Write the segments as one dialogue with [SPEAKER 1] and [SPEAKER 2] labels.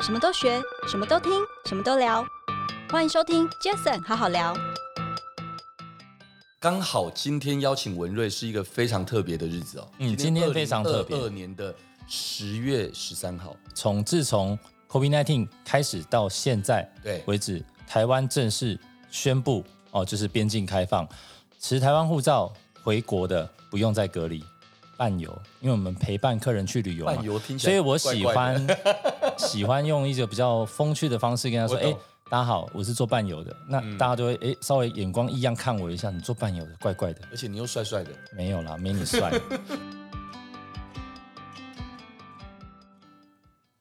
[SPEAKER 1] 什么都学，什么都听，什么都聊。欢迎收听 Jason 好好聊。
[SPEAKER 2] 刚好今天邀请文瑞是一个非常特别的日子哦。
[SPEAKER 3] 嗯今天非常特别
[SPEAKER 2] 二年的十月十三号，
[SPEAKER 3] 从自从 COVID-19 开始到现在
[SPEAKER 2] 对
[SPEAKER 3] 为止，台湾正式宣布哦，就是边境开放，持台湾护照回国的不用再隔离伴游，因为我们陪伴客人去旅游嘛
[SPEAKER 2] 伴，游听起
[SPEAKER 3] 所
[SPEAKER 2] 来怪
[SPEAKER 3] 以我
[SPEAKER 2] 怪的，
[SPEAKER 3] 喜欢喜欢 用一个比较风趣的方式跟他说，
[SPEAKER 2] 我
[SPEAKER 3] 哎、
[SPEAKER 2] 懂嗯
[SPEAKER 3] 大家好，我是做伴游的。那大家都会哎、稍微眼光异样看我一下，你做伴游的怪怪的，
[SPEAKER 2] 而且你又帅帅的，
[SPEAKER 3] 没有啦，没你帅。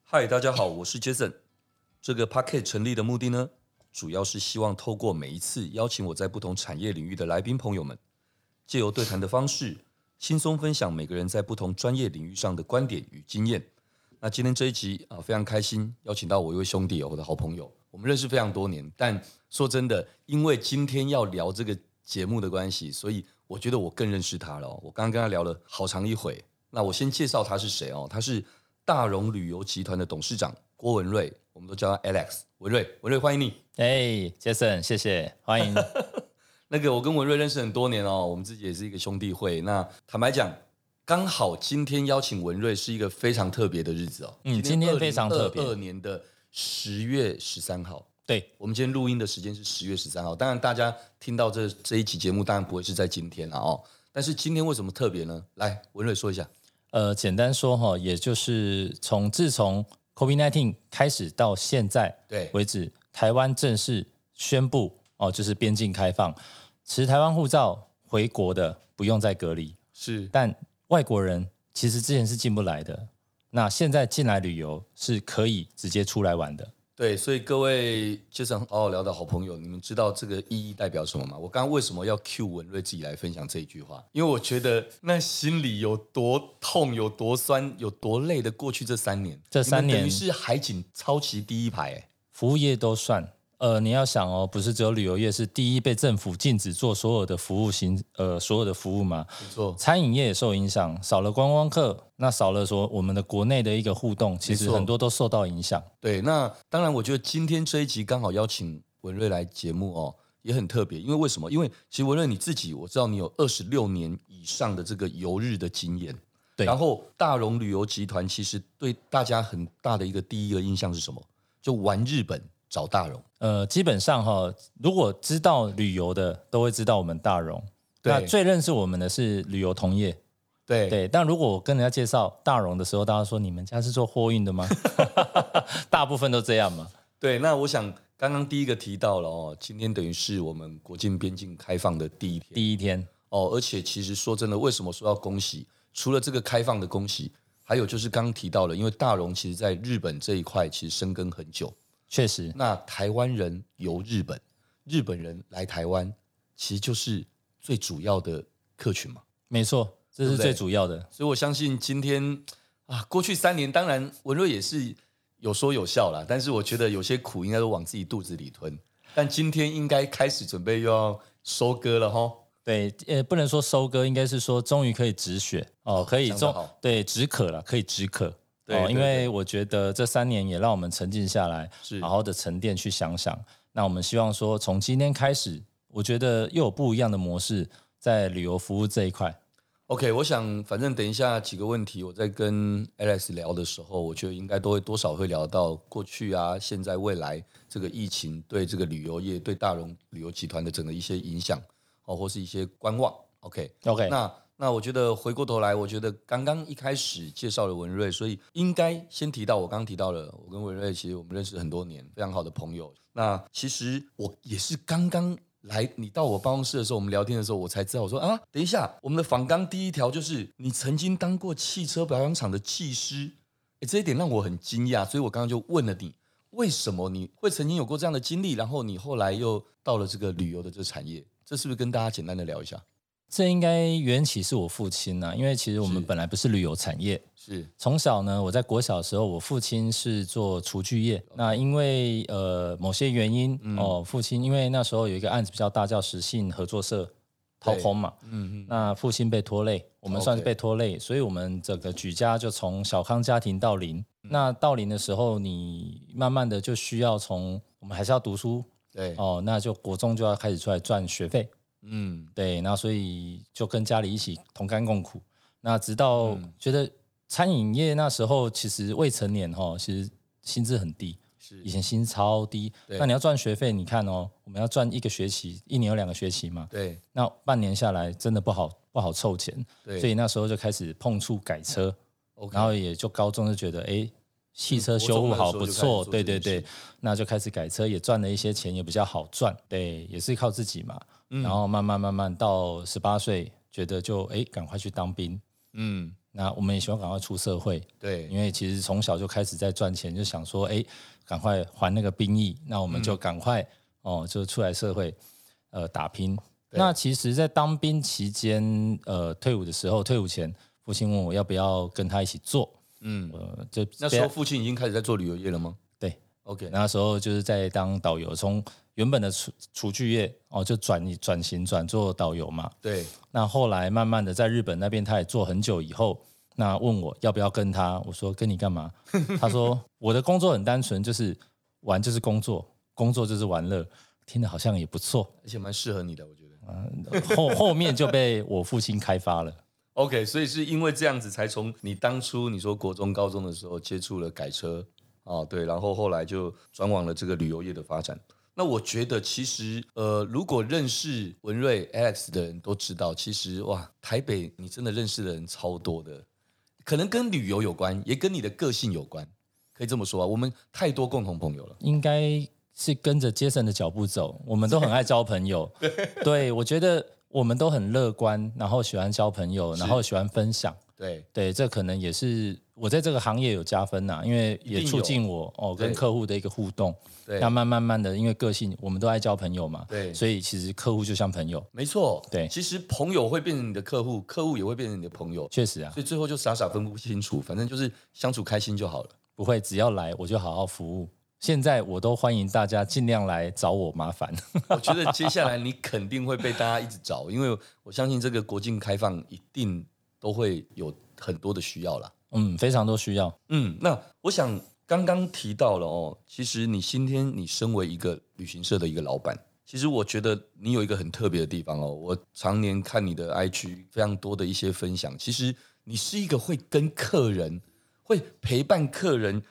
[SPEAKER 2] 嗨，大家好，我是 Jason。这个 Packet 成立的目的呢，主要是希望透过每一次邀请我在不同产业领域的来宾朋友们，借由对谈的方式，轻松分享每个人在不同专业领域上的观点与经验。那今天这一集啊，非常开心邀请到我一位兄弟哦，我的好朋友，我们认识非常多年，但说真的，因为今天要聊这个节目的关系，所以我觉得我更认识他了哦、我刚刚跟他聊了好长一会，那我先介绍他是谁哦，他是大荣旅游集团的董事长郭文瑞，我们都叫他 Alex。文瑞，文瑞，欢迎你。
[SPEAKER 3] 哎、杰 Jason，谢谢，欢 迎。
[SPEAKER 2] 那个我跟文瑞认识很多年哦，我们自己也是一个兄弟会。那坦白讲，刚好今天邀请文瑞是一个非常特别的日子哦。
[SPEAKER 3] 嗯今天非常特别
[SPEAKER 2] 二年的十月十三号，
[SPEAKER 3] 对，
[SPEAKER 2] 我们今天录音的时间是十月十三号。当然，大家听到这这一期节目，当然不会是在今天了哦。但是今天为什么特别呢？来，文瑞说一下。
[SPEAKER 3] 呃，简单说哈，也就是从自从 COVID-19 开始到现在
[SPEAKER 2] 对，
[SPEAKER 3] 为止，台湾正式宣布哦，就是边境开放，持台湾护照回国的不用再隔离，
[SPEAKER 2] 是
[SPEAKER 3] 但外国人其实之前是进不来的，那现在进来旅游是可以直接出来玩的。
[SPEAKER 2] 对，所以各位杰森好好聊的好朋友，你们知道这个意义代表什么吗？我刚刚为什么要 Q 文瑞自己来分享这一句话？因为我觉得那心里有多痛、有多酸、有多累的，过去这三年，
[SPEAKER 3] 这三年
[SPEAKER 2] 你们等于是海景超级第一排、哎
[SPEAKER 3] 服务业都算。呃，你要想哦，不是只有旅游业是第一被政府禁止做所有的服务行，呃，所有的服务嘛，
[SPEAKER 2] 没错，
[SPEAKER 3] 餐饮业也受影响，少了观光客，那少了说我们的国内的一个互动，其
[SPEAKER 2] 没
[SPEAKER 3] 实
[SPEAKER 2] 错
[SPEAKER 3] 很多都受到影响。
[SPEAKER 2] 对，那当然，我觉得今天这一集刚好邀请文瑞来节目哦，也很特别。因为为什么？因为其实文瑞你自己，我知道你有二十六年以上的这个游日的经验。
[SPEAKER 3] 对
[SPEAKER 2] 然后大荣旅游集团其实对大家很大的一个第一个印象是什么？就玩日本找大荣。
[SPEAKER 3] 呃，基本上哈、如果知道旅游的，都会知道我们大荣。那最认识我们的是旅游同业，
[SPEAKER 2] 对
[SPEAKER 3] 对。但如果我跟人家介绍大荣的时候，大家说你们家是做货运的吗？ 大部分都这样嘛。
[SPEAKER 2] 对，那我想刚刚第一个提到了哦，今天等于是我们国境边境开放的第一天。
[SPEAKER 3] 第一天，
[SPEAKER 2] 哦，而且其实说真的，为什么说要恭喜？除了这个开放的恭喜，还有就是刚刚提到了，因为大荣其实在日本这一块其实深耕很久。
[SPEAKER 3] 确实，
[SPEAKER 2] 那台湾人游日本，日本人来台湾，其实就是最主要的客群嘛。
[SPEAKER 3] 没错，这
[SPEAKER 2] 对
[SPEAKER 3] 是
[SPEAKER 2] 不对
[SPEAKER 3] 最主要的。
[SPEAKER 2] 所以我相信今天啊，过去三年，当然文瑞也是有说有笑啦，但是我觉得有些苦应该都往自己肚子里吞。但今天应该开始准备又要收割了哈。
[SPEAKER 3] 对，呃，不能说收割，应该是说终于可以止血哦，可以
[SPEAKER 2] 讲得
[SPEAKER 3] 终
[SPEAKER 2] 好
[SPEAKER 3] 对止渴了，可以止渴。
[SPEAKER 2] 对
[SPEAKER 3] 哦，
[SPEAKER 2] 对
[SPEAKER 3] 因
[SPEAKER 2] 对
[SPEAKER 3] 为我觉得这三年也让我们沉静下来，
[SPEAKER 2] 是
[SPEAKER 3] 好好的沉淀去想想。那我们希望说，从今天开始，我觉得又有不一样的模式在旅游服务这一块。
[SPEAKER 2] OK，我想反正等一下几个问题，我在跟 Alex 聊的时候，我觉得应该都会多少会聊到过去啊、现在、未来这个疫情对这个旅游业、对大荣旅游集团的整个一些影响哦，或是一些观望。OK，
[SPEAKER 3] OK，
[SPEAKER 2] 那那我觉得回过头来，我觉得刚刚一开始介绍了文瑞，所以应该先提到我刚刚提到了，我跟文瑞其实我们认识很多年，非常好的朋友。那其实我也是刚刚来你到我办公室的时候，我们聊天的时候，我才知道我说啊，等一下，我们的访纲第一条就是你曾经当过汽车保养厂的技师，诶这一点让我很惊讶，所以我刚刚就问了你。为什么你会曾经有过这样的经历？然后你后来又到了这个旅游的这产业，这是不是跟大家简单的聊一下？
[SPEAKER 3] 这应该缘起是我父亲呐、因为其实我们
[SPEAKER 2] 是
[SPEAKER 3] 本来不是旅游产业，
[SPEAKER 2] 是
[SPEAKER 3] 从小呢，我在国小的时候，我父亲是做厨具业。那因为呃某些原因、
[SPEAKER 2] 嗯
[SPEAKER 3] 哦，父亲因为那时候有一个案子比较大，叫实信合作社掏空嘛。
[SPEAKER 2] 嗯嗯，
[SPEAKER 3] 那父亲被拖累，我们
[SPEAKER 2] OK
[SPEAKER 3] 算是被拖累所以我们整个举家就从小康家庭到零
[SPEAKER 2] 嗯
[SPEAKER 3] 那到龄的时候，你慢慢的就需要从我们还是要读书
[SPEAKER 2] 对，
[SPEAKER 3] 哦，那就国中就要开始出来赚学费，
[SPEAKER 2] 嗯，
[SPEAKER 3] 对，那所以就跟家里一起同甘共苦。那直到觉得餐饮业那时候，其实未成年哈，其实薪资很低，
[SPEAKER 2] 是
[SPEAKER 3] 以前薪资超低。
[SPEAKER 2] 对
[SPEAKER 3] 那你要赚学费，你看哦，我们要赚一个学期，一年有两个学期嘛，
[SPEAKER 2] 对
[SPEAKER 3] 那半年下来真的不好不好凑钱，
[SPEAKER 2] 对，
[SPEAKER 3] 所以那时候就开始碰触改车，
[SPEAKER 2] OK，
[SPEAKER 3] 嗯然后也就高中就觉得哎。诶汽车修护好不错，对对对，那就开始改车，也赚了一些钱，也比较好赚，嗯对，也是靠自己嘛。然后慢慢慢慢到十八岁，觉得就哎，诶赶快去当兵。
[SPEAKER 2] 嗯，
[SPEAKER 3] 那我们也喜欢赶快出社会，因
[SPEAKER 2] 对，
[SPEAKER 3] 为其实从小就开始在赚钱，就想说，哎，赶快还那个兵役，那我们
[SPEAKER 2] 嗯
[SPEAKER 3] 就赶快、哦，就出来社会呃打拼。
[SPEAKER 2] 对
[SPEAKER 3] 那其实，在当兵期间，呃，退伍的时候，退伍前，父亲问我要不要跟他一起做，
[SPEAKER 2] 嗯，
[SPEAKER 3] 呃，就
[SPEAKER 2] 那时候父亲已经开始在做旅游业了吗
[SPEAKER 3] 对，
[SPEAKER 2] ？OK，
[SPEAKER 3] 那时候就是在当导游，从原本的厨厨具业哦，就转转型转做导游嘛。
[SPEAKER 2] 对，
[SPEAKER 3] 那后来慢慢的在日本那边，他也做很久以后，那问我要不要跟他，我说跟你干嘛？他说我的工作很单纯，就是玩就是工作，工作就是玩乐。听的好像也不错，
[SPEAKER 2] 而且蛮适合你的，我觉得。
[SPEAKER 3] 后 后面就被我父亲开发了。
[SPEAKER 2] OK，所以是因为这样子，才从你当初你说国中、高中的时候接触了改车啊，对，然后后来就转往了这个旅游业的发展。那我觉得其实呃，如果认识文瑞 Alex 的人都知道，其实哇，台北你真的认识的人超多的，可能跟旅游有关，也跟你的个性有关，可以这么说啊。我们太多共同朋友了，
[SPEAKER 3] 应该是跟着杰森的脚步走。我们都很爱交朋友，对我觉得我们都很乐观，然后喜欢交朋友，然后喜欢分享。
[SPEAKER 2] 对，
[SPEAKER 3] 对，这可能也是我在这个行业有加分呐、因为也
[SPEAKER 2] 一定有
[SPEAKER 3] 促进我哦
[SPEAKER 2] 对
[SPEAKER 3] 跟客户的一个互动。
[SPEAKER 2] 对
[SPEAKER 3] 那慢慢慢的，因为个性我们都爱交朋友嘛，
[SPEAKER 2] 对
[SPEAKER 3] 所以其实客户就像朋友，
[SPEAKER 2] 没错，
[SPEAKER 3] 对
[SPEAKER 2] 其实朋友会变成你的客户，客户也会变成你的朋友，
[SPEAKER 3] 确实啊，
[SPEAKER 2] 所以最后就傻傻分不清楚，反正就是相处开心就好了。
[SPEAKER 3] 不会只要来我就好好服务。现在我都欢迎大家尽量来找我麻烦，
[SPEAKER 2] 我觉得接下来你肯定会被大家一直找，因为我相信这个国境开放一定都会有很多的需要啦。
[SPEAKER 3] 嗯，非常多需要，
[SPEAKER 2] 嗯，那我想刚刚提到了哦，其实你今天你身为一个旅行社的一个老板，其实我觉得你有一个很特别的地方哦。我常年看你的 IG 非常多的一些分享，其实你是一个会跟客人、会陪伴客人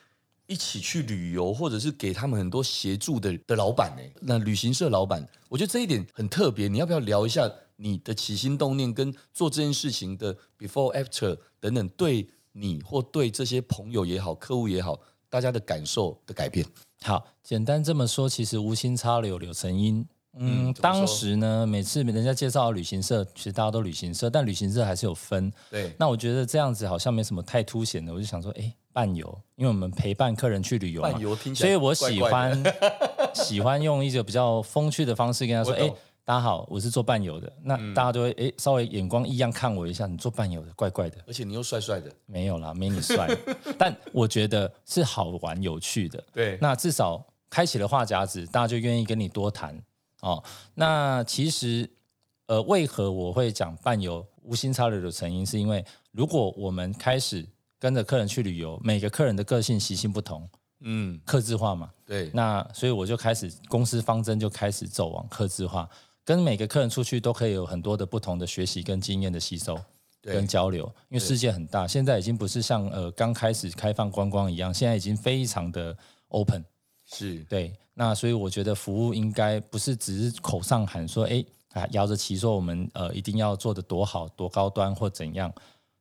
[SPEAKER 2] 一起去旅游，或者是给他们很多协助的的老板呢。欸那旅行社老板，我觉得这一点很特别，你要不要聊一下？你的起心动念跟做这件事情的 before after 等等，对你或对这些朋友也好、客户也好，大家的感受的改变。
[SPEAKER 3] 好，简单这么说，其实无心插柳柳成荫。嗯，
[SPEAKER 2] 嗯怎么说
[SPEAKER 3] 当时呢，每次人家介绍旅行社，其实大家都旅行社，但旅行社还是有分。
[SPEAKER 2] 对，
[SPEAKER 3] 那我觉得这样子好像没什么太凸显的，我就想说，哎，伴游，因为我们陪伴客人去旅游嘛，
[SPEAKER 2] 伴游听起
[SPEAKER 3] 所
[SPEAKER 2] 来
[SPEAKER 3] 以
[SPEAKER 2] 怪
[SPEAKER 3] 我
[SPEAKER 2] 怪的，
[SPEAKER 3] 喜欢 喜欢用一个比较风趣的方式跟他说，
[SPEAKER 2] 我懂嗯
[SPEAKER 3] 哎。大家好，我是做伴游的。那大家都会哎、诶稍微眼光异样看我一下，你做伴游的，怪怪的。
[SPEAKER 2] 而且你又帅帅的，
[SPEAKER 3] 没有啦，没 你帅，但我觉得是好玩有趣的。
[SPEAKER 2] 对
[SPEAKER 3] 那至少开启了话匣子，大家就愿意跟你多谈哦。那其实，呃，为何我会讲伴游无心插柳的成因，是因为如果我们开始跟着客人去旅游，每个客人的个性习性不同，
[SPEAKER 2] 嗯，
[SPEAKER 3] 客制化嘛。
[SPEAKER 2] 对，
[SPEAKER 3] 那所以我就开始公司方针就开始走往客制化，跟每个客人出去都可以有很多的不同的学习跟经验的吸收。
[SPEAKER 2] 对
[SPEAKER 3] 跟，交流，因为世界很大，现在已经不是像呃刚开始开放观光一样，现在已经非常的 open。
[SPEAKER 2] 是，
[SPEAKER 3] 对，那所以我觉得服务应该不是只是口上喊说，哎啊，摇着旗说我们呃一定要做的多好、多高端或怎样。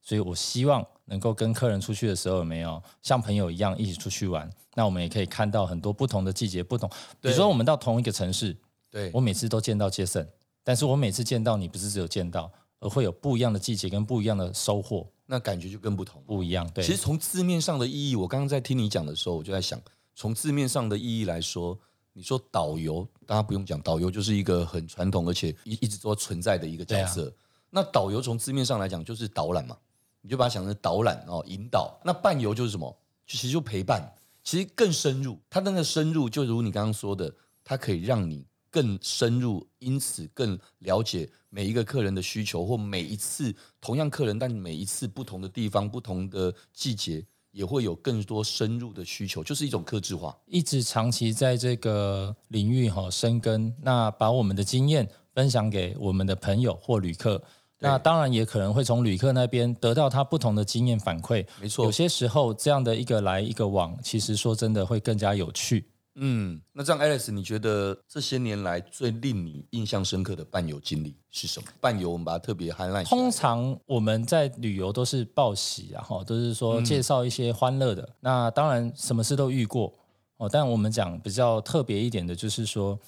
[SPEAKER 3] 所以我希望能够跟客人出去的时候，有没有像朋友一样一起出去玩？那我们也可以看到很多不同的季节、不同，比如
[SPEAKER 2] 对
[SPEAKER 3] 说我们到同一个城市，
[SPEAKER 2] 对
[SPEAKER 3] 我，每次都见到杰森，但是我每次见到你不是只有见到，而会有不一样的季节跟不一样的收获，
[SPEAKER 2] 那感觉就更不同。
[SPEAKER 3] 不一样。对，
[SPEAKER 2] 其实从字面上的意义，我刚刚在听你讲的时候，我就在想，从字面上的意义来说，你说导游，大家不用讲，导游就是一个很传统而且一一直都存在的一个角色。那导游从字面上来讲就是导览嘛，你就把它想成导览哦，引导。那伴游就是什么？其实就陪伴，其实更深入。它那个深入，就如你刚刚说的，它可以让你更深入，因此更了解每一个客人的需求，或每一次同样客人，但每一次不同的地方、不同的季节，也会有更多深入的需求，就是一种克制化。
[SPEAKER 3] 一直长期在这个领域哈、深耕，那把我们的经验分享给我们的朋友或旅客，
[SPEAKER 2] 对
[SPEAKER 3] 那当然也可能会从旅客那边得到他不同的经验反馈。
[SPEAKER 2] 没错
[SPEAKER 3] 有，些时候这样的一个来一个往，其实说真的会更加有趣。
[SPEAKER 2] 嗯，那这样，Alex，你觉得这些年来最令你印象深刻的伴游经历是什么？伴游我们把它特别 highlight 起来
[SPEAKER 3] 通常我们在旅游都是报喜啊，哈，都是
[SPEAKER 2] 嗯
[SPEAKER 3] 说介绍一些欢乐的。那当然什么事都遇过哦，但我们讲比较特别一点的，就是说，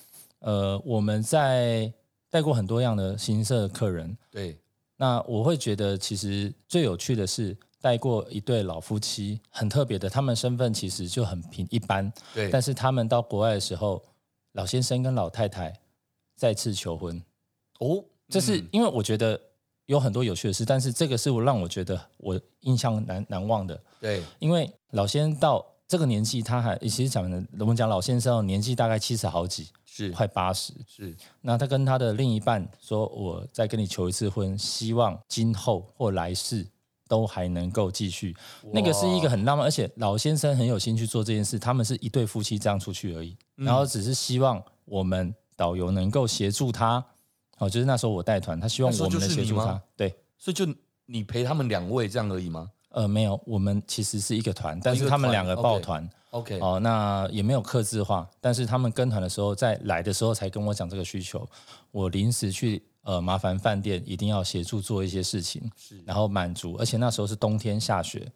[SPEAKER 3] 呃，我们在带过很多样的新社客人，
[SPEAKER 2] 对，
[SPEAKER 3] 那我会觉得，其实最有趣的是带过一对老夫妻，很特别的，他们身份其实就很平一般，
[SPEAKER 2] 对，
[SPEAKER 3] 但是他们到国外的时候，老先生跟老太太再次求婚，
[SPEAKER 2] 哦，
[SPEAKER 3] 这是
[SPEAKER 2] 嗯
[SPEAKER 3] 因为我觉得有很多有趣的事，但是这个是我让我觉得我印象难难忘的，
[SPEAKER 2] 对，
[SPEAKER 3] 因为老先生到这个年纪，他还其实讲的，我们讲老先生哦年纪大概七十好几，
[SPEAKER 2] 是
[SPEAKER 3] 快八十，
[SPEAKER 2] 是，
[SPEAKER 3] 那他跟他的另一半说：“我再跟你求一次婚，希望今后或来世都还能够继续。”那个是一个很浪漫，而且老先生很有心去做这件事。他们是一对夫妻这样出去而已，
[SPEAKER 2] 嗯
[SPEAKER 3] 然后只是希望我们导游能够协助他。哦，就是那时候我带团，他希望
[SPEAKER 2] 那时候
[SPEAKER 3] 我们能
[SPEAKER 2] 就是
[SPEAKER 3] 协
[SPEAKER 2] 你
[SPEAKER 3] 助
[SPEAKER 2] 吗
[SPEAKER 3] 他。对，
[SPEAKER 2] 所以就你陪他们两位这样而已吗
[SPEAKER 3] 呃，没有，我们其实是一个团，但
[SPEAKER 2] 哦一
[SPEAKER 3] 是
[SPEAKER 2] 个
[SPEAKER 3] 他们
[SPEAKER 2] 团
[SPEAKER 3] 两个抱
[SPEAKER 2] ，OK
[SPEAKER 3] 团。
[SPEAKER 2] ？OK，
[SPEAKER 3] 哦，那也没有刻字化，但是他们跟团的时候，在来的时候才跟我讲这个需求，我临时去呃麻烦饭店一定要协助做一些事情，
[SPEAKER 2] 是
[SPEAKER 3] 然后满足，而且那时候是冬天下雪，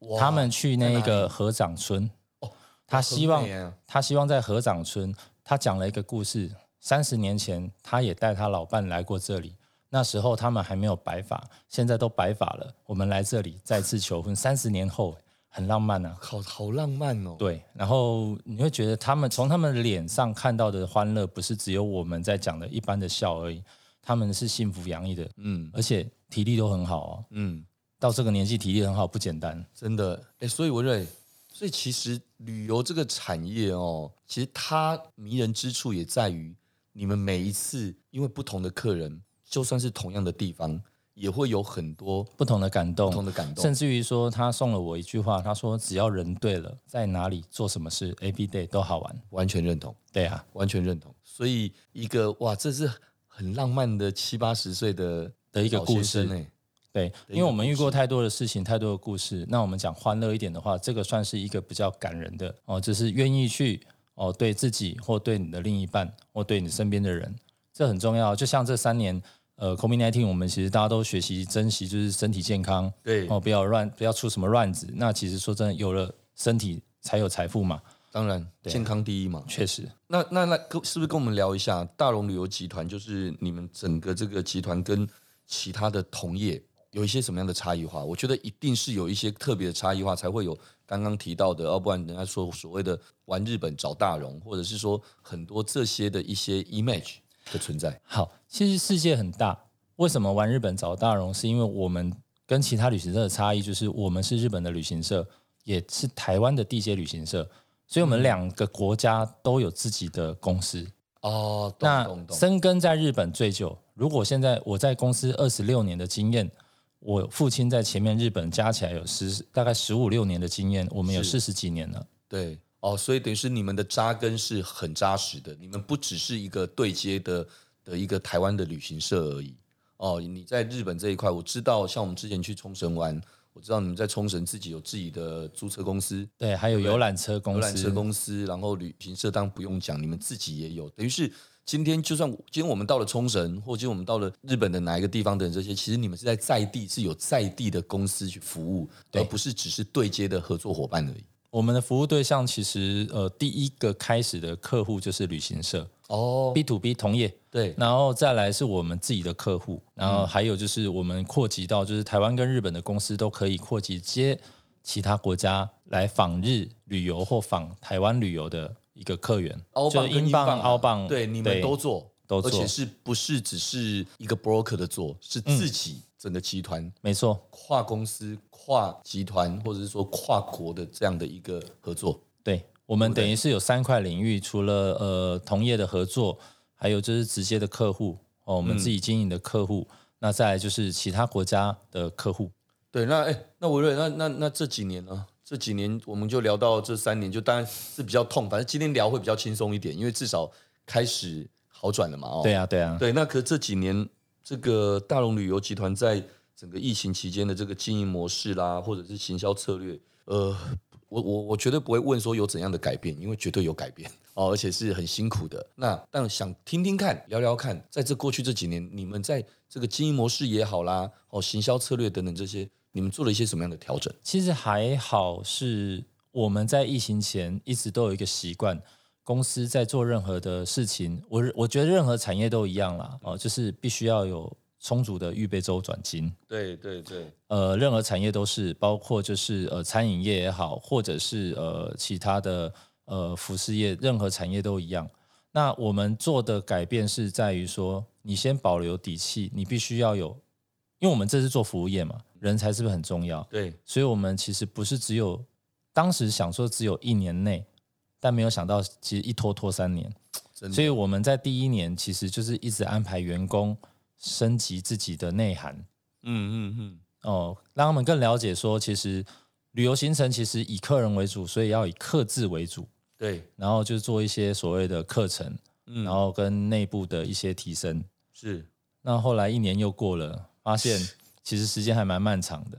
[SPEAKER 2] 哇
[SPEAKER 3] 他们去
[SPEAKER 2] 在
[SPEAKER 3] 那
[SPEAKER 2] 哪
[SPEAKER 3] 个
[SPEAKER 2] 里
[SPEAKER 3] 河长村，
[SPEAKER 2] 哦
[SPEAKER 3] 他
[SPEAKER 2] 很
[SPEAKER 3] 希望
[SPEAKER 2] 美啊
[SPEAKER 3] 他希望在河长村，他讲了一个故事，三十年前他也带他老伴来过这里。那时候他们还没有白发，现在都白发了。我们来这里再次求婚，三十年后很浪漫啊！
[SPEAKER 2] 好好浪漫哦。
[SPEAKER 3] 对，然后你会觉得他们从他们脸上看到的欢乐，不是只有我们在讲的一般的笑而已，他们是幸福洋溢的，
[SPEAKER 2] 嗯
[SPEAKER 3] 而且体力都很好哦。
[SPEAKER 2] 嗯，
[SPEAKER 3] 到这个年纪，体力很好不简单。
[SPEAKER 2] 真的，哎，所以我认为，所以其实旅游这个产业哦，其实它迷人之处也在于你们每一次因为不同的客人，就算是同样的地方，也会有很多
[SPEAKER 3] 不同的感动，
[SPEAKER 2] 不同的感动
[SPEAKER 3] 甚。至于说他送了我一句话，他说只要人对了，在哪里做什么事，every day 都好玩。
[SPEAKER 2] 完全认同，
[SPEAKER 3] 对啊，
[SPEAKER 2] 完全认同。所以一个哇，这是很浪漫的七八十岁的
[SPEAKER 3] 的一个
[SPEAKER 2] 老先
[SPEAKER 3] 故事
[SPEAKER 2] 生哎，
[SPEAKER 3] 对，因为我们遇过太多的事情，太多的故事。那我们讲欢乐一点的话，这个算是一个比较感人的哦，就是愿意去哦，对自己或对你的另一半或对你身边的人，这很重要。就像这三年，呃，COVID-19，我们其实大家都学习珍惜，就是身体健康
[SPEAKER 2] 对，
[SPEAKER 3] 哦，不要乱，不要出什么乱子。那其实说真的，有了身体才有财富嘛，
[SPEAKER 2] 当然健康第一嘛。
[SPEAKER 3] 确实。
[SPEAKER 2] 那那那，跟是不是跟我们聊一下大龙旅游集团？就是你们整个这个集团跟其他的同业有一些什么样的差异化？我觉得一定是有一些特别的差异化，才会有刚刚提到的，哦要不然人家说所谓的玩日本找大龙，或者是说很多这些的一些 image 的存在。
[SPEAKER 3] 好，其实世界很大，为什么玩日本找大荣？是因为我们跟其他旅行社的差异，就是我们是日本的旅行社，也是台湾的地接旅行社，所以我
[SPEAKER 2] 嗯
[SPEAKER 3] 们两个国家都有自己的公司。
[SPEAKER 2] 哦，懂
[SPEAKER 3] 那
[SPEAKER 2] 懂懂，
[SPEAKER 3] 深耕在日本最久，如果现在我在公司二十六年的经验。我父亲在前面日本加起来有十大概十五六年的经验，我们有
[SPEAKER 2] 是
[SPEAKER 3] 四十几年了。
[SPEAKER 2] 对。哦，所以等于是你们的扎根是很扎实的，你们不只是一个对接的的一个台湾的旅行社而已。哦，你在日本这一块，我知道，像我们之前去冲绳玩，我知道你们在冲绳自己有自己的租车公司、
[SPEAKER 3] 对，还有游览车公
[SPEAKER 2] 游
[SPEAKER 3] 司，
[SPEAKER 2] 览车公司，然后旅行社当然不用讲，你们自己也有。等于是今天就算我今天我们到了冲绳，或今天我们到了日本的哪一个地方等这些，其实你们是在在地是有在地的公司去服务，
[SPEAKER 3] 对
[SPEAKER 2] 而不是只是对接的合作伙伴而已。
[SPEAKER 3] 我们的服务对象其实呃，第一个开始的客户就是旅行社
[SPEAKER 2] 哦，
[SPEAKER 3] B to B 同业，
[SPEAKER 2] 对，
[SPEAKER 3] 然后再来是我们自己的客户，然
[SPEAKER 2] 嗯
[SPEAKER 3] 后还有就是我们扩及到就是台湾跟日本的公司都可以扩及接其他国家来访日旅游或访台湾旅游的一个客源，
[SPEAKER 2] 欧
[SPEAKER 3] 就
[SPEAKER 2] 镑、
[SPEAKER 3] 英
[SPEAKER 2] 英镑、啊
[SPEAKER 3] 澳镑，
[SPEAKER 2] 对，你们都做，
[SPEAKER 3] 都做嗯
[SPEAKER 2] 而且是不是只是一个 broker 的做，是自己整个集团、
[SPEAKER 3] 没错，
[SPEAKER 2] 跨公司、跨集团，或者是说跨国的这样的一个合作。
[SPEAKER 3] 对我们等于是有三块领域，除了呃同业的合作，还有就是直接的客户哦，
[SPEAKER 2] 嗯
[SPEAKER 3] 我们自己经营的客户，那再来就是其他国家的客户。
[SPEAKER 2] 对，那哎，那我认为那那那这几年呢、这几年我们就聊到这三年，就当然是比较痛，反正今天聊会比较轻松一点，因为至少开始好转了嘛。哦，
[SPEAKER 3] 对啊，对啊，
[SPEAKER 2] 对，那可这几年这个大龙旅游集团在整个疫情期间的这个经营模式啦，或者是行销策略，呃，我我我绝对不会问说有怎样的改变，因为绝对有改变哦，而且是很辛苦的。那但想听听看，聊聊看，在这过去这几年，你们在这个经营模式也好啦，哦，行销策略等等这些，你们做了一些什么样的调整？
[SPEAKER 3] 其实还好是我们在疫情前一直都有一个习惯，公司在做任何的事情，我我觉得任何产业都一样啦，哦，就是必须要有充足的预备周转金。
[SPEAKER 2] 对对对，
[SPEAKER 3] 呃，任何产业都是，包括就是呃餐饮业也好，或者是呃其他的呃服饰业，任何产业都一样。那我们做的改变是在于说，你先保留底气，你必须要有，因为我们这是做服务业嘛，人才是不是很重要？
[SPEAKER 2] 对
[SPEAKER 3] 所以我们其实不是只有当时想说只有一年内，但没有想到其实一拖拖三年
[SPEAKER 2] 真。的
[SPEAKER 3] 所以我们在第一年其实就是一直安排员工升级自己的内涵，
[SPEAKER 2] 嗯嗯嗯，
[SPEAKER 3] 哦，让他们更了解说，其实旅游行程其实以客人为主，所以要以客制为主，
[SPEAKER 2] 对，
[SPEAKER 3] 然后就做一些所谓的课程，
[SPEAKER 2] 嗯，
[SPEAKER 3] 然后跟内部的一些提升。
[SPEAKER 2] 是
[SPEAKER 3] 那后来一年又过了，发现 其实时间还蛮漫长的，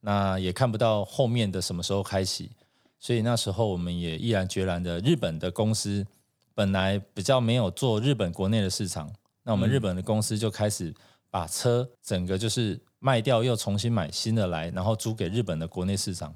[SPEAKER 3] 那也看不到后面的什么时候开启，所以那时候我们也毅然决然的，日本的公司本来比较没有做日本国内的市场，那我们
[SPEAKER 2] 嗯
[SPEAKER 3] 日本的公司就开始把车整个就是卖掉，又重新买新的来，然后租给日本的国内市场，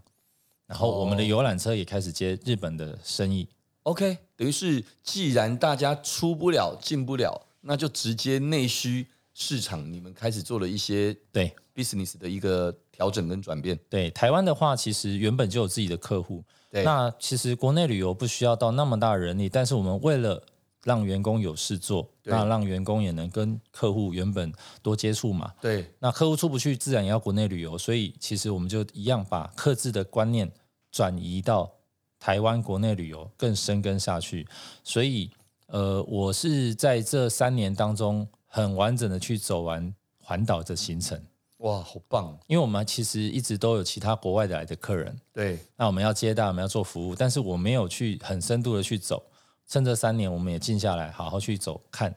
[SPEAKER 3] 然后我们的
[SPEAKER 2] 哦
[SPEAKER 3] 游览车也开始接日本的生意。
[SPEAKER 2] OK，等于是既然大家出不了、进不了，那就直接内需市场，你们开始做了一些
[SPEAKER 3] 对
[SPEAKER 2] business 的一个调整跟转变。
[SPEAKER 3] 对，台湾的话，其实原本就有自己的客户，
[SPEAKER 2] 对，
[SPEAKER 3] 那其实国内旅游不需要到那么大的人力，但是我们为了让员工有事做，
[SPEAKER 2] 对
[SPEAKER 3] 那让员工也能跟客户原本多接触嘛。
[SPEAKER 2] 对
[SPEAKER 3] 那客户出不去，自然也要国内旅游，所以其实我们就一样把客制的观念转移到台湾国内旅游更深耕下去。所以，呃，我是在这三年当中很完整的去走完环岛的行程，
[SPEAKER 2] 哇，好棒！哦
[SPEAKER 3] 因为我们其实一直都有其他国外的来的客人，
[SPEAKER 2] 对，
[SPEAKER 3] 那我们要接待，我们要做服务，但是我没有去很深度的去走。趁这三年，我们也静下来，好好去走看，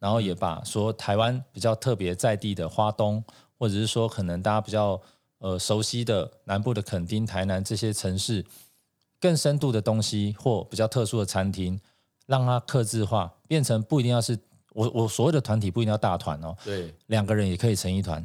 [SPEAKER 3] 然后也把说台湾比较特别在地的花东，或者是说可能大家比较呃熟悉的南部的垦丁、台南这些城市，更深度的东西或比较特殊的餐厅，让它客制化，变成不一定要是我我所谓的团体不一定要大团哦，
[SPEAKER 2] 对
[SPEAKER 3] 两个人也可以成一团，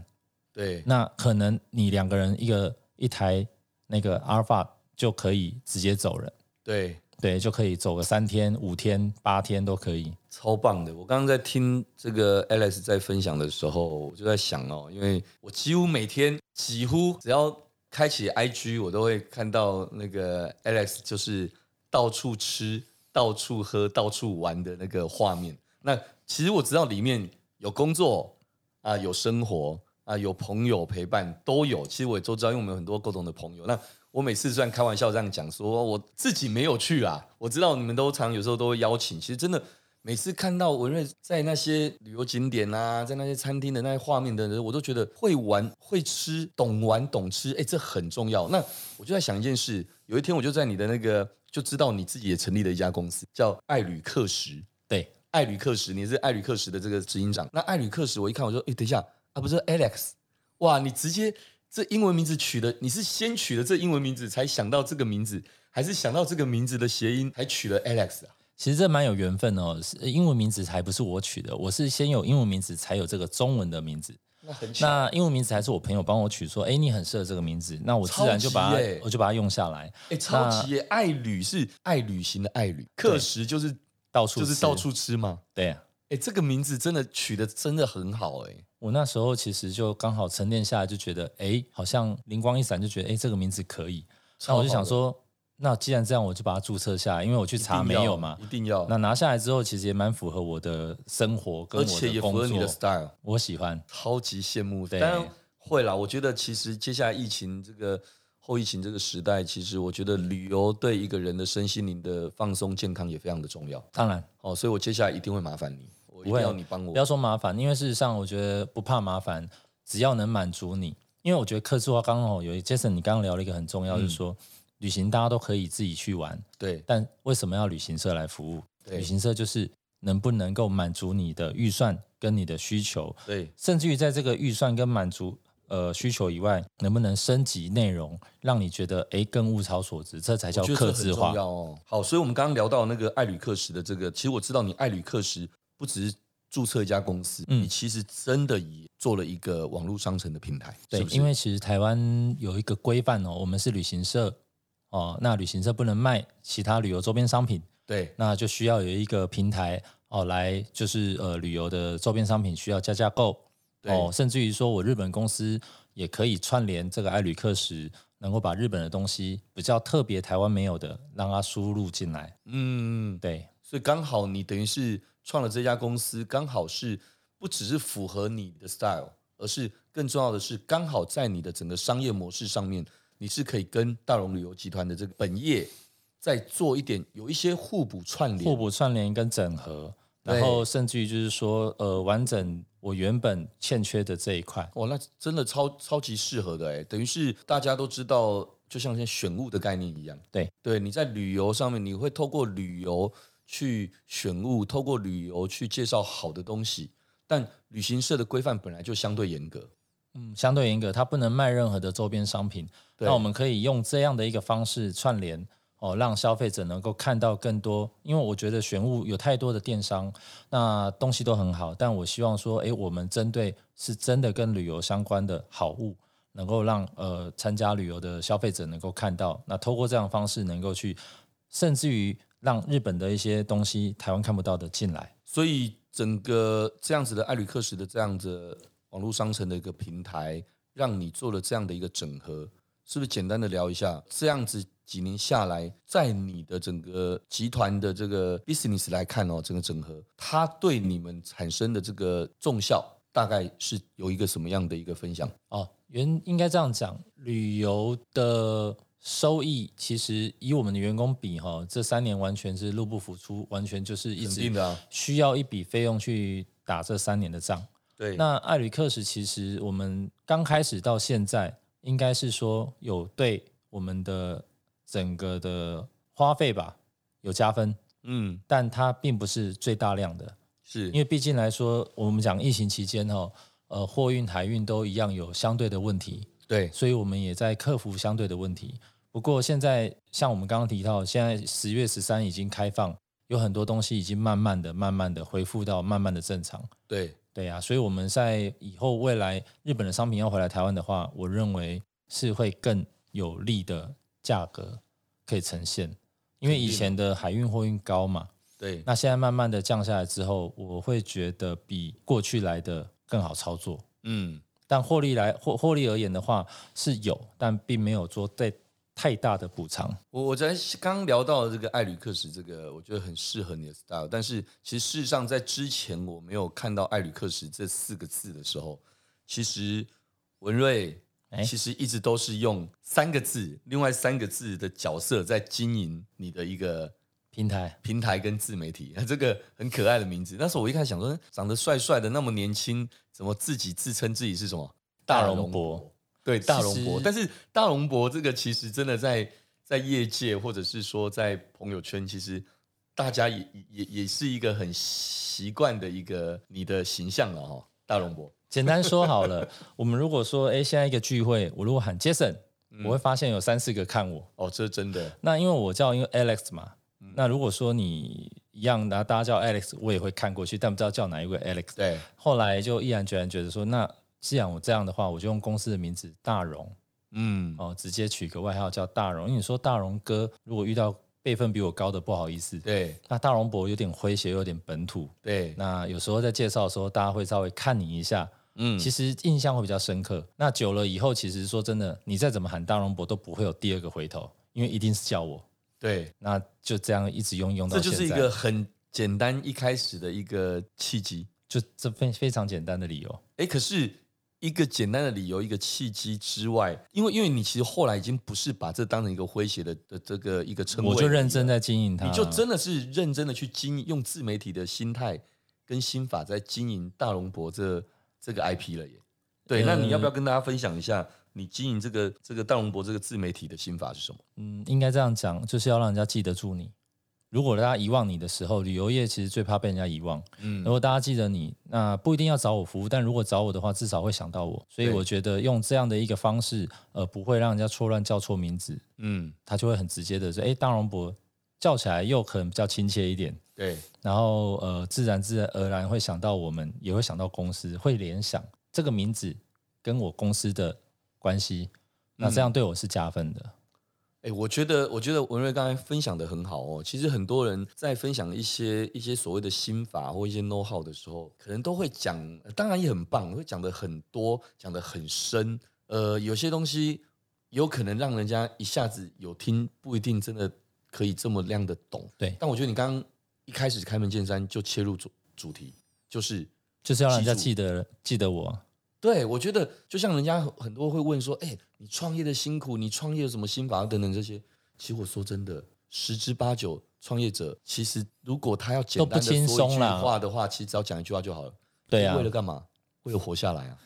[SPEAKER 2] 对，
[SPEAKER 3] 那可能你两个人一个一台那个阿尔法就可以直接走人，
[SPEAKER 2] 对，
[SPEAKER 3] 对，就可以走个三天、五天、八天都可以。
[SPEAKER 2] 超棒的！我刚刚在听这个 Alex 在分享的时候，我就在想哦，因为我几乎每天几乎只要开启 IG，我都会看到那个 Alex 就是到处吃、到处喝、到处玩的那个画面。那其实我知道里面有工作啊，有生活啊，有朋友陪伴都有。其实我也都知道，因为我们有很多共同的朋友。那我每次虽然开玩笑这样讲说，哦我自己没有去啊，我知道你们都常有时候都会邀请。其实真的每次看到文瑞在那些旅游景点啊，在那些餐厅的那些画面的人，我都觉得会玩、会吃、懂玩、懂吃，哎，这很重要。那我就在想一件事，有一天我就在你的那个就知道你自己也成立了一家公司，叫爱旅克什。
[SPEAKER 3] 对，
[SPEAKER 2] 艾吕克什，你是艾吕克什的这个执行长。那艾吕克什，我一看我就，哎，等一下啊，不是 Alex，哇，你直接这英文名字取的，你是先取的这英文名字，才想到这个名字，还是想到这个名字的谐音，才取了 Alex 啊？
[SPEAKER 3] 其实这蛮有缘分哦，是英文名字还不是我取的，我是先有英文名字，才有这个中文的名字。
[SPEAKER 2] 那很巧，
[SPEAKER 3] 那英文名字还是我朋友帮我取，说，哎，你很适合这个名字，那我自然就
[SPEAKER 2] 超
[SPEAKER 3] 把它，
[SPEAKER 2] 级耶
[SPEAKER 3] 我就把它用下来，
[SPEAKER 2] 哎，超级耶！艾吕是爱旅行的爱旅，克什就是
[SPEAKER 3] 到处
[SPEAKER 2] 就是
[SPEAKER 3] 吃
[SPEAKER 2] 到处吃嘛。
[SPEAKER 3] 对、啊。
[SPEAKER 2] 哎，这个名字真的取的真的很好哎。
[SPEAKER 3] 我那时候其实就刚好沉淀下来，就觉得，哎，好像灵光一闪，就觉得，哎，这个名字可以。那我就想说，那既然这样，我就把它注册下来，因为我去
[SPEAKER 2] 超
[SPEAKER 3] 查
[SPEAKER 2] 好的，
[SPEAKER 3] 没有嘛
[SPEAKER 2] 一。定要，一定
[SPEAKER 3] 那
[SPEAKER 2] 要
[SPEAKER 3] 拿下来之后，其实也蛮符合我的生活跟
[SPEAKER 2] 而
[SPEAKER 3] 我
[SPEAKER 2] 且也
[SPEAKER 3] 的
[SPEAKER 2] 符合
[SPEAKER 3] 工
[SPEAKER 2] 你的
[SPEAKER 3] 作，
[SPEAKER 2] style。
[SPEAKER 3] 我喜欢。
[SPEAKER 2] 超级羡慕。当
[SPEAKER 3] 对
[SPEAKER 2] 然会啦，我觉得其实接下来疫情这个后疫情这个时代，其实我觉得旅游对一个人的身心灵的放松健康也非常的重要。
[SPEAKER 3] 当然，
[SPEAKER 2] 哦，所以我接下来一定会麻烦你，我一
[SPEAKER 3] 不
[SPEAKER 2] 定
[SPEAKER 3] 会
[SPEAKER 2] 要你帮
[SPEAKER 3] 不要
[SPEAKER 2] 我。
[SPEAKER 3] 说麻烦，因为事实上我觉得不怕麻烦，
[SPEAKER 2] 嗯
[SPEAKER 3] 只要能满足你。因为我觉得客制化刚好有一 Jason，你刚刚聊了一个很重要，就是说旅行大家都可以自己去玩，
[SPEAKER 2] 对
[SPEAKER 3] 但为什么要旅行社来服务？
[SPEAKER 2] 对
[SPEAKER 3] 旅行社就是能不能够满足你的预算跟你的需求，
[SPEAKER 2] 对
[SPEAKER 3] 甚至于在这个预算跟满足呃需求以外，能不能升级内容，让你觉得诶更物超所值，这才叫
[SPEAKER 2] 我觉得这
[SPEAKER 3] 客
[SPEAKER 2] 很
[SPEAKER 3] 制
[SPEAKER 2] 重
[SPEAKER 3] 化。
[SPEAKER 2] 要哦。好，所以我们刚刚聊到那个爱旅克什的这个，其实我知道你爱旅克什不只是注册一家公司，
[SPEAKER 3] 嗯
[SPEAKER 2] 你其实真的也做了一个网络商城的平台，
[SPEAKER 3] 对，
[SPEAKER 2] 是不是
[SPEAKER 3] 因为其实台湾有一个规范哦，我们是旅行社哦，那旅行社不能卖其他旅游周边商品，
[SPEAKER 2] 对
[SPEAKER 3] 那就需要有一个平台哦，来就是呃旅游的周边商品需要加价购
[SPEAKER 2] 对
[SPEAKER 3] 哦，甚至于说我日本公司也可以串联这个爱旅客时，能够把日本的东西比较特别台湾没有的，让它输入进来。
[SPEAKER 2] 嗯，
[SPEAKER 3] 对，
[SPEAKER 2] 所以刚好你等于是创了这家公司，刚好是不只是符合你的 style，而是更重要的是，刚好在你的整个商业模式上面，你是可以跟大荣旅游集团的这个本业再做一点有一些互补串联。
[SPEAKER 3] 互补串联跟整合，
[SPEAKER 2] 对
[SPEAKER 3] 然后甚至于就是说呃完整我原本欠缺的这一块。
[SPEAKER 2] 哇，那真的超超级适合的哎，等于是大家都知道，就像现在选物的概念一样，
[SPEAKER 3] 对
[SPEAKER 2] 对，你在旅游上面，你会透过旅游去选物，透过旅游去介绍好的东西，但旅行社的规范本来就相对严格，
[SPEAKER 3] 嗯相对严格，它不能卖任何的周边商品。
[SPEAKER 2] 对
[SPEAKER 3] 那我们可以用这样的一个方式串联哦，让消费者能够看到更多。因为我觉得玄物有太多的电商，那东西都很好，但我希望说，诶，我们针对是真的跟旅游相关的好物，能够让呃参加旅游的消费者能够看到。那透过这样的方式，能够去，甚至于让日本的一些东西台湾看不到的进来。
[SPEAKER 2] 所以整个这样子的艾旅克什的这样子网络商城的一个平台，让你做了这样的一个整合，是不是简单的聊一下？这样子几年下来，在你的整个集团的这个 business 来看哦，整个整合，它对你们产生的这个重效，大概是有一个什么样的一个分享？
[SPEAKER 3] 哦，原应该这样讲，旅游的收益其实以我们的员工比哈、这三年完全是入不敷出，完全就是一
[SPEAKER 2] 肯
[SPEAKER 3] 直
[SPEAKER 2] 定的啊
[SPEAKER 3] 需要一笔费用去打这三年的仗。
[SPEAKER 2] 对
[SPEAKER 3] 那艾旅克什其实我们刚开始到现在，应该是说有对我们的整个的花费吧有加分，
[SPEAKER 2] 嗯
[SPEAKER 3] 但它并不是最大量的。
[SPEAKER 2] 是
[SPEAKER 3] 因为毕竟来说，我们讲疫情期间哦，呃，货运、海运都一样有相对的问题，
[SPEAKER 2] 对
[SPEAKER 3] 所以我们也在克服相对的问题。不过现在像我们刚刚提到，现在十月十三已经开放，有很多东西已经慢慢的、慢慢的恢复到慢慢的正常。
[SPEAKER 2] 对
[SPEAKER 3] 对啊，所以我们在以后未来日本的商品要回来台湾的话，我认为是会更有利的价格可以呈现，因为以前的海运货运高嘛，
[SPEAKER 2] 对，
[SPEAKER 3] 那现在慢慢的降下来之后，我会觉得比过去来的更好操作。
[SPEAKER 2] 嗯
[SPEAKER 3] 但获利来获获利而言的话是有，但并没有做对太大的补偿。
[SPEAKER 2] 我我在刚聊到这个艾吕克什，这个我觉得很适合你的 style，但是其实事实上在之前我没有看到艾吕克什这四个字的时候，其实文瑞
[SPEAKER 3] 哎
[SPEAKER 2] 其实一直都是用三个字，另外三个字的角色在经营你的一个
[SPEAKER 3] 平台
[SPEAKER 2] 平台跟自媒体， 这个很可爱的名字。那时候我一开始想说，长得帅帅的，那么年轻，怎么自己自称自己是什么
[SPEAKER 3] 大荣博，
[SPEAKER 2] 对大龙
[SPEAKER 3] 其
[SPEAKER 2] 博，
[SPEAKER 3] 实
[SPEAKER 2] 但是大龙博这个其实真的在在业界或者是说在朋友圈，其实大家也也也是一个很习惯的一个你的形象了哈、哦，大龙博。
[SPEAKER 3] 简单说好了， 我们如果说哎现在一个聚会，我如果喊 Jason，、我会
[SPEAKER 2] 嗯
[SPEAKER 3] 发现有三四个看我。
[SPEAKER 2] 哦，这是真的，
[SPEAKER 3] 那因为我叫因为 Alex 嘛，
[SPEAKER 2] 嗯
[SPEAKER 3] 那如果说你一样，那大家叫 Alex，我也会看过去，但不知道叫哪一位 Alex。
[SPEAKER 2] 对
[SPEAKER 3] 后来就毅然决然觉得说，那既然我这样的话，我就用公司的名字大荣
[SPEAKER 2] 嗯，
[SPEAKER 3] 哦，直接取个外号叫大荣。因为你说大荣哥，如果遇到辈分比我高的，不好意思。
[SPEAKER 2] 对
[SPEAKER 3] 那大荣伯有点诙谐，有点本土。
[SPEAKER 2] 对，
[SPEAKER 3] 那有时候在介绍的时候，大家会稍微看你一下，
[SPEAKER 2] 嗯
[SPEAKER 3] 其实印象会比较深刻。那久了以后，其实说真的，你再怎么喊大荣伯都不会有第二个回头，因为一定是叫我。
[SPEAKER 2] 对，
[SPEAKER 3] 那就这样一直用用到
[SPEAKER 2] 这
[SPEAKER 3] 现在，
[SPEAKER 2] 就是一个很简单一开始的一个契机。
[SPEAKER 3] 就这非非常简单的理由。
[SPEAKER 2] 哎，可是一个简单的理由，一个契机之外，因为因为你其实后来已经不是把这当成一个诙谐的的这个一个称谓而已
[SPEAKER 3] 我
[SPEAKER 2] 了，
[SPEAKER 3] 就认真啊在经营它，
[SPEAKER 2] 你就真的是认真的去经营，用自媒体的心态跟心法在经营大龙博这这个 IP 了耶。对，
[SPEAKER 3] 呃
[SPEAKER 2] 那你要不要跟大家分享一下你经营这个这个大龙博这个自媒体的心法是什么？
[SPEAKER 3] 嗯，应该这样讲，就是要让人家记得住你。如果大家遗忘你的时候，旅游业其实最怕被人家遗忘。
[SPEAKER 2] 嗯
[SPEAKER 3] 如果大家记得你，那不一定要找我服务，但如果找我的话，至少会想到我。所以
[SPEAKER 2] 对
[SPEAKER 3] 我觉得用这样的一个方式，呃，不会让人家错乱叫错名字，
[SPEAKER 2] 嗯，
[SPEAKER 3] 他就会很直接的说：“哎，大荣博。”叫起来又可能比较亲切一点，
[SPEAKER 2] 对，
[SPEAKER 3] 然后呃，自然自然而然会想到我们，也会想到公司，会联想这个名字跟我公司的关系，
[SPEAKER 2] 嗯
[SPEAKER 3] 那这样对我是加分的。
[SPEAKER 2] 哎，我觉得，我觉得文瑞刚才分享的很好哦。其实很多人在分享一些一些所谓的心法或一些 know how 的时候，可能都会讲，呃当然也很棒，会讲的很多，讲的很深。呃，有些东西有可能让人家一下子有听，不一定真的可以这么样的懂。
[SPEAKER 3] 对
[SPEAKER 2] 但我觉得你刚刚一开始开门见山就切入主主题，就是
[SPEAKER 3] 就是要让人家
[SPEAKER 2] 记
[SPEAKER 3] 记得记得我啊。
[SPEAKER 2] 对，我觉得就像人家很很多会问说，哎、你创业的辛苦，你创业有什么心法等等这些。其实我说真的，十之八九创业者其实如果他要简
[SPEAKER 3] 都不
[SPEAKER 2] 单的说一
[SPEAKER 3] 轻
[SPEAKER 2] 句
[SPEAKER 3] 松啦
[SPEAKER 2] 话的话，其实只要讲一句话就好了。
[SPEAKER 3] 对啊
[SPEAKER 2] 为了干嘛？为了活下来啊！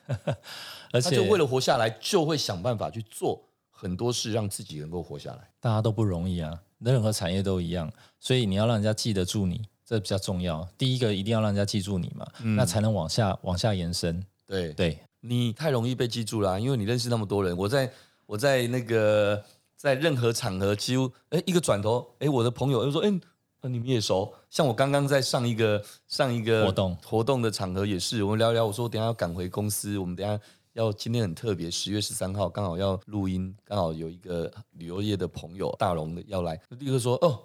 [SPEAKER 3] 而
[SPEAKER 2] 他
[SPEAKER 3] 且
[SPEAKER 2] 就为了活下来，就会想办法去做很多事，让自己能够活下来。
[SPEAKER 3] 大家都不容易啊，任何产业都一样，所以你要让人家记得住你，这比较重要。第一个一定要让人家记住你嘛，
[SPEAKER 2] 嗯
[SPEAKER 3] 那才能往下往下延伸。
[SPEAKER 2] 对，
[SPEAKER 3] 对，
[SPEAKER 2] 你太容易被记住了啊、因为你认识那么多人。我在我在那个在任何场合，几乎哎一个转头，哎我的朋友就说，哎呃你们也熟。像我刚刚在上一个上一个
[SPEAKER 3] 活动
[SPEAKER 2] 活动的场合也是，我们聊一聊，我说我等一下要赶回公司，我们等一下。要今天很特别，十月十三号刚好要录音，刚好有一个旅游业的朋友大龙的要来，就立刻说哦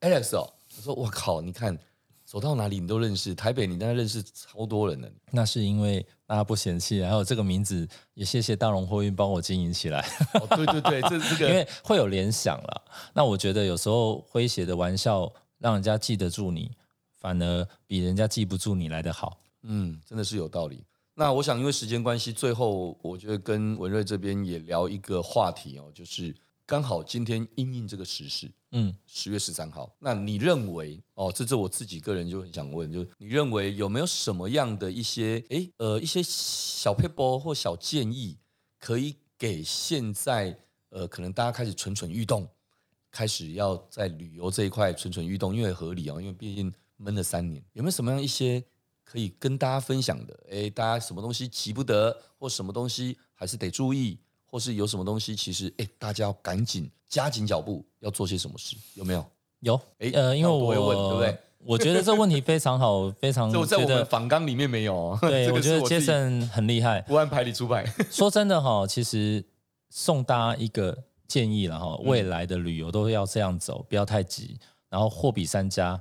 [SPEAKER 2] ，Alex 哦，我说我靠，你看走到哪里你都认识，台北你大概认识超多人了，
[SPEAKER 3] 那是因为大家不嫌弃，还有这个名字也谢谢大龙货运帮我经营起来，
[SPEAKER 2] 哦对对对，这这个
[SPEAKER 3] 因为会有联想啦。那我觉得有时候诙谐的玩笑让人家记得住你，反而比人家记不住你来得好。
[SPEAKER 2] 嗯，真的是有道理。那我想，因为时间关系，最后我觉得跟文瑞这边也聊一个话题哦，就是刚好今天因应这个时事，
[SPEAKER 3] 嗯，
[SPEAKER 2] 十月十三号。那你认为哦，这这我自己个人就很想问，就是你认为有没有什么样的一些诶呃一些小 p a p e 或小建议，可以给现在呃可能大家开始蠢蠢欲动，开始要在旅游这一块蠢蠢欲动，因为合理啊、因为毕竟闷了三年，有没有什么样一些可以跟大家分享的？诶，大家什么东西急不得，或什么东西还是得注意，或是有什么东西其实诶，大家要赶紧加紧脚步，要做些什么事？有没有？
[SPEAKER 3] 有，
[SPEAKER 2] 诶
[SPEAKER 3] 呃，因为
[SPEAKER 2] 那我
[SPEAKER 3] 我
[SPEAKER 2] 也问对不对？
[SPEAKER 3] 我觉得这问题非 常好，非常
[SPEAKER 2] 这我在我
[SPEAKER 3] 觉
[SPEAKER 2] 们
[SPEAKER 3] 得
[SPEAKER 2] 访纲里面没有哦。
[SPEAKER 3] 对，
[SPEAKER 2] 这
[SPEAKER 3] 我
[SPEAKER 2] 个
[SPEAKER 3] 觉
[SPEAKER 2] 是
[SPEAKER 3] 得
[SPEAKER 2] 我自己
[SPEAKER 3] Jason 很厉害。
[SPEAKER 2] 不按牌理出牌。
[SPEAKER 3] 说真的哈、其实送大家一个建议了哈、
[SPEAKER 2] 嗯
[SPEAKER 3] 未来的旅游都要这样走，不要太急。然后货比三家，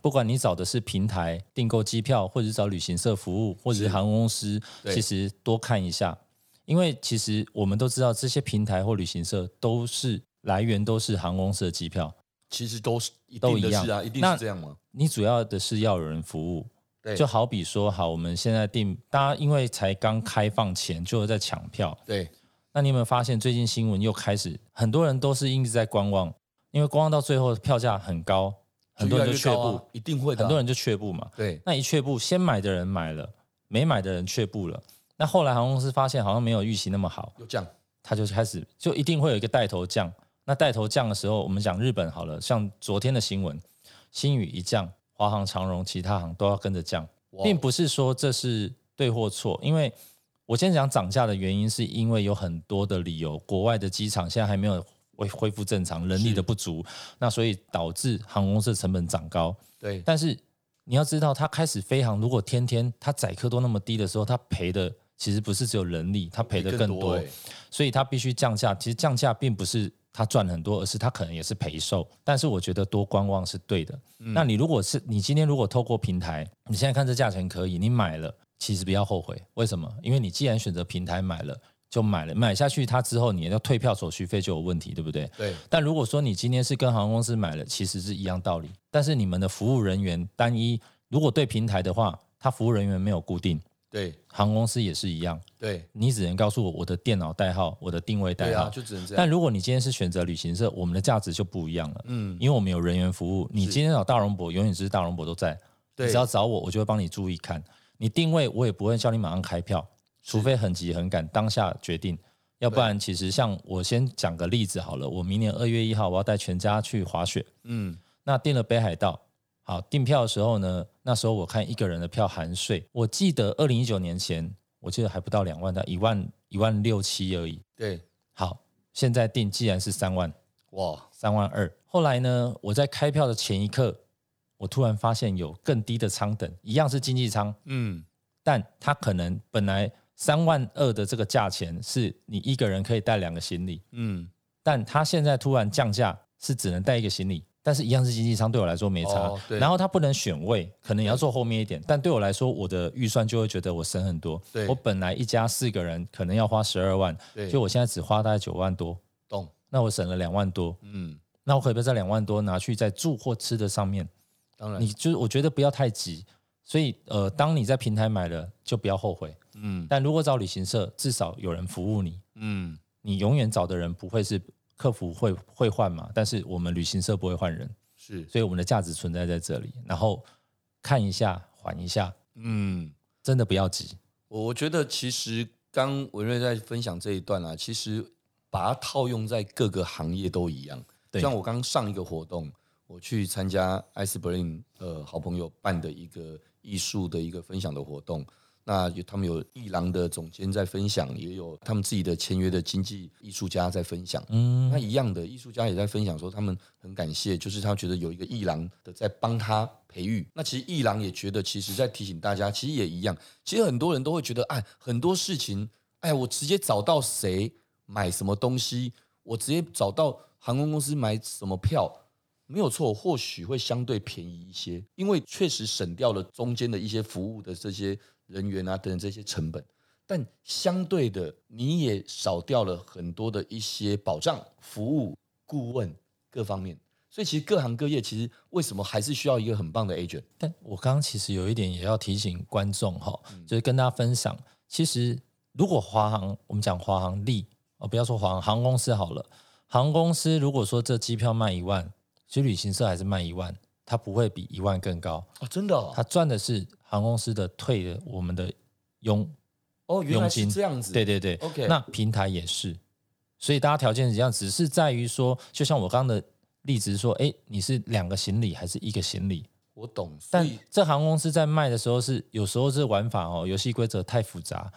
[SPEAKER 3] 不管你找的是平台订购机票，或者是找旅行社服务，或者是航空公司，
[SPEAKER 2] 对
[SPEAKER 3] 其实多看一下，因为其实我们都知道这些平台或旅行社都是来源都是航空公司的机票，
[SPEAKER 2] 其实都是一
[SPEAKER 3] 都
[SPEAKER 2] 定
[SPEAKER 3] 一
[SPEAKER 2] 的
[SPEAKER 3] 样
[SPEAKER 2] 是啊，一定
[SPEAKER 3] 那
[SPEAKER 2] 是这样嘛。
[SPEAKER 3] 你主要的是要有人服务。
[SPEAKER 2] 对，
[SPEAKER 3] 就好比说，好，我们现在订，大家因为才刚开放前就在抢票，
[SPEAKER 2] 对
[SPEAKER 3] 那你有没有发现最近新闻又开始，很多人都是一直在观望，因为观望到最后票价很高，很多人就
[SPEAKER 2] 越
[SPEAKER 3] 却
[SPEAKER 2] 来越
[SPEAKER 3] 步，
[SPEAKER 2] 高啊一定会的啊。
[SPEAKER 3] 很多人就却步嘛。
[SPEAKER 2] 对
[SPEAKER 3] 那一却步，先买的人买了，没买的人却步了。那后来航空公司发现好像没有预期那么好，
[SPEAKER 2] 有这样，
[SPEAKER 3] 他就开始就一定会有一个带头降。那带头降的时候，我们讲日本好了，像昨天的新闻，新宇一降，华航、长荣其他航都要跟着降。
[SPEAKER 2] 哇
[SPEAKER 3] 并不是说这是对或错，因为我先讲涨价的原因，是因为有很多的理由，国外的机场现在还没有恢恢复正常，人力的不足，那所以导致航空公司的成本涨高。
[SPEAKER 2] 对
[SPEAKER 3] 但是你要知道，它开始飞航，如果天天它载客都那么低的时候，它赔的其实不是只有人力，它赔的更多，
[SPEAKER 2] 欸
[SPEAKER 3] 所以它必须降价。其实降价并不是。它赚很多，而是它可能也是赔售。但是我觉得多观望是对的，那你如果是你今天如果透过平台，你现在看这价钱可以，你买了，其实不要后悔。为什么？因为你既然选择平台买了，就买了，买下去它之后，你要退票手续费就有问题，对不对？
[SPEAKER 2] 对
[SPEAKER 3] 但如果说你今天是跟航空公司买了，其实是一样道理。但是你们的服务人员单一，如果对平台的话，它服务人员没有固定，
[SPEAKER 2] 对
[SPEAKER 3] 航空公司也是一样，
[SPEAKER 2] 对
[SPEAKER 3] 你只能告诉我我的电脑代号、我的定位
[SPEAKER 2] 对
[SPEAKER 3] 代号。
[SPEAKER 2] 啊，就只能这
[SPEAKER 3] 但
[SPEAKER 2] 样。
[SPEAKER 3] 如果你今天是选择旅行社，我们的价值就不一样了。
[SPEAKER 2] 嗯，
[SPEAKER 3] 因为我们有人员服务，你
[SPEAKER 2] 是
[SPEAKER 3] 今天找大荣博，永远只是大荣博都在。
[SPEAKER 2] 对
[SPEAKER 3] 你只要找我，我就会帮你注意看。你定位，我也不会叫你马上开票，除非很急很赶，当下决定。要不然其实像我先讲个例子好了，我明年二月一号我要带全家去滑雪，
[SPEAKER 2] 嗯，
[SPEAKER 3] 那订了北海道。好，订票的时候呢，那时候我看一个人的票含税，我记得二零一九年前，我记得还不到两万，到一万一万六七而已。
[SPEAKER 2] 对，
[SPEAKER 3] 好，现在订既然是三万，
[SPEAKER 2] 哇，
[SPEAKER 3] 三万二。后来呢，我在开票的前一刻，我突然发现有更低的舱等，一样是经济舱，
[SPEAKER 2] 嗯，
[SPEAKER 3] 但它可能本来三万二的这个价钱是你一个人可以带两个行李，
[SPEAKER 2] 嗯，
[SPEAKER 3] 但它现在突然降价是只能带一个行李，但是一样是经济舱，对我来说没差。
[SPEAKER 2] 哦对
[SPEAKER 3] 然后它不能选位，可能也要坐后面一点，但对我来说，我的预算就会觉得我省很多。
[SPEAKER 2] 对
[SPEAKER 3] 我本来一家四个人可能要花十二万，
[SPEAKER 2] 对，
[SPEAKER 3] 就我现在只花大概九万多，
[SPEAKER 2] 懂，
[SPEAKER 3] 那我省了两万多。
[SPEAKER 2] 嗯，
[SPEAKER 3] 那我可不可以把这两万多拿去在住或吃的上面？
[SPEAKER 2] 当然
[SPEAKER 3] 你，就是我觉得不要太急，所以呃，当你在平台买了就不要后悔。
[SPEAKER 2] 嗯
[SPEAKER 3] 但如果找旅行社，至少有人服务你，
[SPEAKER 2] 嗯，
[SPEAKER 3] 你永远找的人不会是客服会会换嘛，但是我们旅行社不会换人，
[SPEAKER 2] 是，
[SPEAKER 3] 所以我们的价值存在在这里。然后看一下，缓一下，
[SPEAKER 2] 嗯，
[SPEAKER 3] 真的不要急。
[SPEAKER 2] 我我觉得其实刚文瑞在分享这一段啊，其实把它套用在各个行业都一样。
[SPEAKER 3] 对
[SPEAKER 2] 像我刚上一个活动，我去参加艾斯 r i n 呃好朋友办的一个艺术的一个分享的活动，那有他们有艺廊的总监在分享，也有他们自己的签约的经纪艺术家在分享。那
[SPEAKER 3] 嗯，
[SPEAKER 2] 一样的，艺术家也在分享说，他们很感谢，就是他觉得有一个艺廊的在帮他培育。那其实艺廊也觉得，其实在提醒大家，其实也一样。其实很多人都会觉得，哎，很多事情，哎，我直接找到谁买什么东西，我直接找到航空公司买什么票，没有错，或许会相对便宜一些，因为确实省掉了中间的一些服务的这些人员啊等等这些成本。但相对的，你也少掉了很多的一些保障、服务、顾问各方面。所以其实各行各业其实为什么还是需要一个很棒的 agent？
[SPEAKER 3] 但我刚刚其实有一点也要提醒观众哈，就是跟大家分享，其实如果华航，我们讲华航利哦，不要说华航航空公司好了，航空公司如果说这机票卖一万，其实旅行社还是卖一万，它不会比一万更高。
[SPEAKER 2] 哦，真的哦
[SPEAKER 3] 他，赚的是航空公司的退的我们的佣，
[SPEAKER 2] 哦，原来是
[SPEAKER 3] 佣金
[SPEAKER 2] 这样子。
[SPEAKER 3] 对对对
[SPEAKER 2] OK
[SPEAKER 3] 那平台也是，所以大家条件是一样，只是在于说，就像我刚刚的例子说，哎，你是两个行李还是一个行李？
[SPEAKER 2] 我懂。所
[SPEAKER 3] 但
[SPEAKER 2] 以
[SPEAKER 3] 这航空公司在卖的时候是有时候这玩法哦，游戏规则太复杂。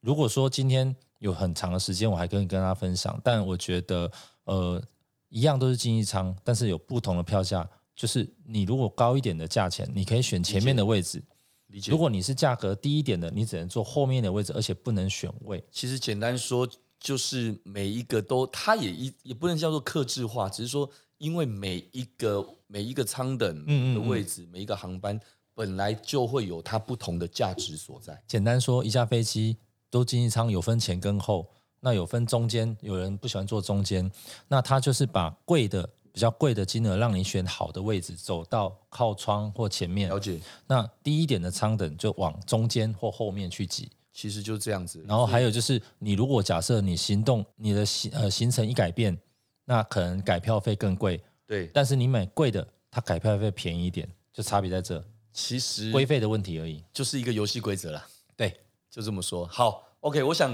[SPEAKER 3] 如果说今天有很长的时间，我还可以跟大家分享，但我觉得呃，一样都是经济舱，但是有不同的票价。就是你如果高一点的价钱，你可以选前面的位置，
[SPEAKER 2] 理解。
[SPEAKER 3] 如果你是价格低一点的，你只能坐后面的位置，而且不能选位。
[SPEAKER 2] 其实简单说，就是每一个都，它也一也不能叫做克制化，只是说，因为每一个每一个舱等
[SPEAKER 3] 嗯嗯
[SPEAKER 2] 的位置，每一个航班本来就会有它不同的价值所在。
[SPEAKER 3] 简单说，一架飞机都经济舱有分前跟后，那有分中间，有人不喜欢坐中间，那他就是把贵的比较贵的金额让你选好的位置，走到靠窗或前面
[SPEAKER 2] 了。解，
[SPEAKER 3] 那低一点的舱等就往中间或后面去挤。
[SPEAKER 2] 其实就这样子。
[SPEAKER 3] 然后还有就是，你如果假设你行动你的行呃行程一改变，那可能改票费更贵，
[SPEAKER 2] 对，
[SPEAKER 3] 但是你买贵的，它改票费便宜一点，就差别在这。
[SPEAKER 2] 其实
[SPEAKER 3] 规费的问题而已。
[SPEAKER 2] 就是一个游戏规则啦，
[SPEAKER 3] 对，
[SPEAKER 2] 就这么说。好，OK，我想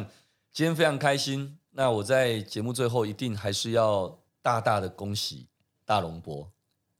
[SPEAKER 2] 今天非常开心。那我在节目最后一定还是要大大的恭喜大龙博，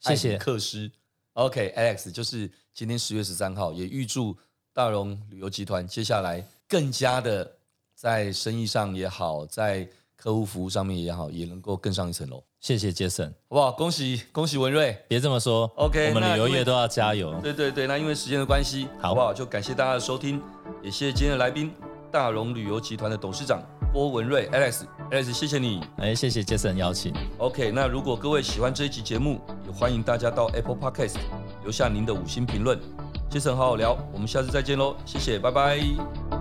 [SPEAKER 3] 谢谢
[SPEAKER 2] 艾里克斯。OK，Alex，、就是今天十月十三号，也预祝大龙旅游集团接下来更加的在生意上也好，在客户服务上面也好，也能够更上一层楼，好
[SPEAKER 3] 谢谢杰森，
[SPEAKER 2] 不好？恭喜恭喜文瑞。
[SPEAKER 3] 别这么说。
[SPEAKER 2] OK，
[SPEAKER 3] 我们
[SPEAKER 2] 那
[SPEAKER 3] 旅游
[SPEAKER 2] 因为
[SPEAKER 3] 业都要加油。
[SPEAKER 2] 对对对，那因为时间的关系，
[SPEAKER 3] 好
[SPEAKER 2] 好不好？就感谢大家的收听，也谢谢今天的来宾，大荣旅游集团的董事长郭文瑞 Alex，Alex，谢谢你。
[SPEAKER 3] 哎，谢谢杰森邀请，
[SPEAKER 2] OK，那如果各位喜欢这一集节目，也欢迎大家到 Apple Podcast 留下您的五星评论。杰森好好聊，我们下次再见喽，谢谢，拜拜。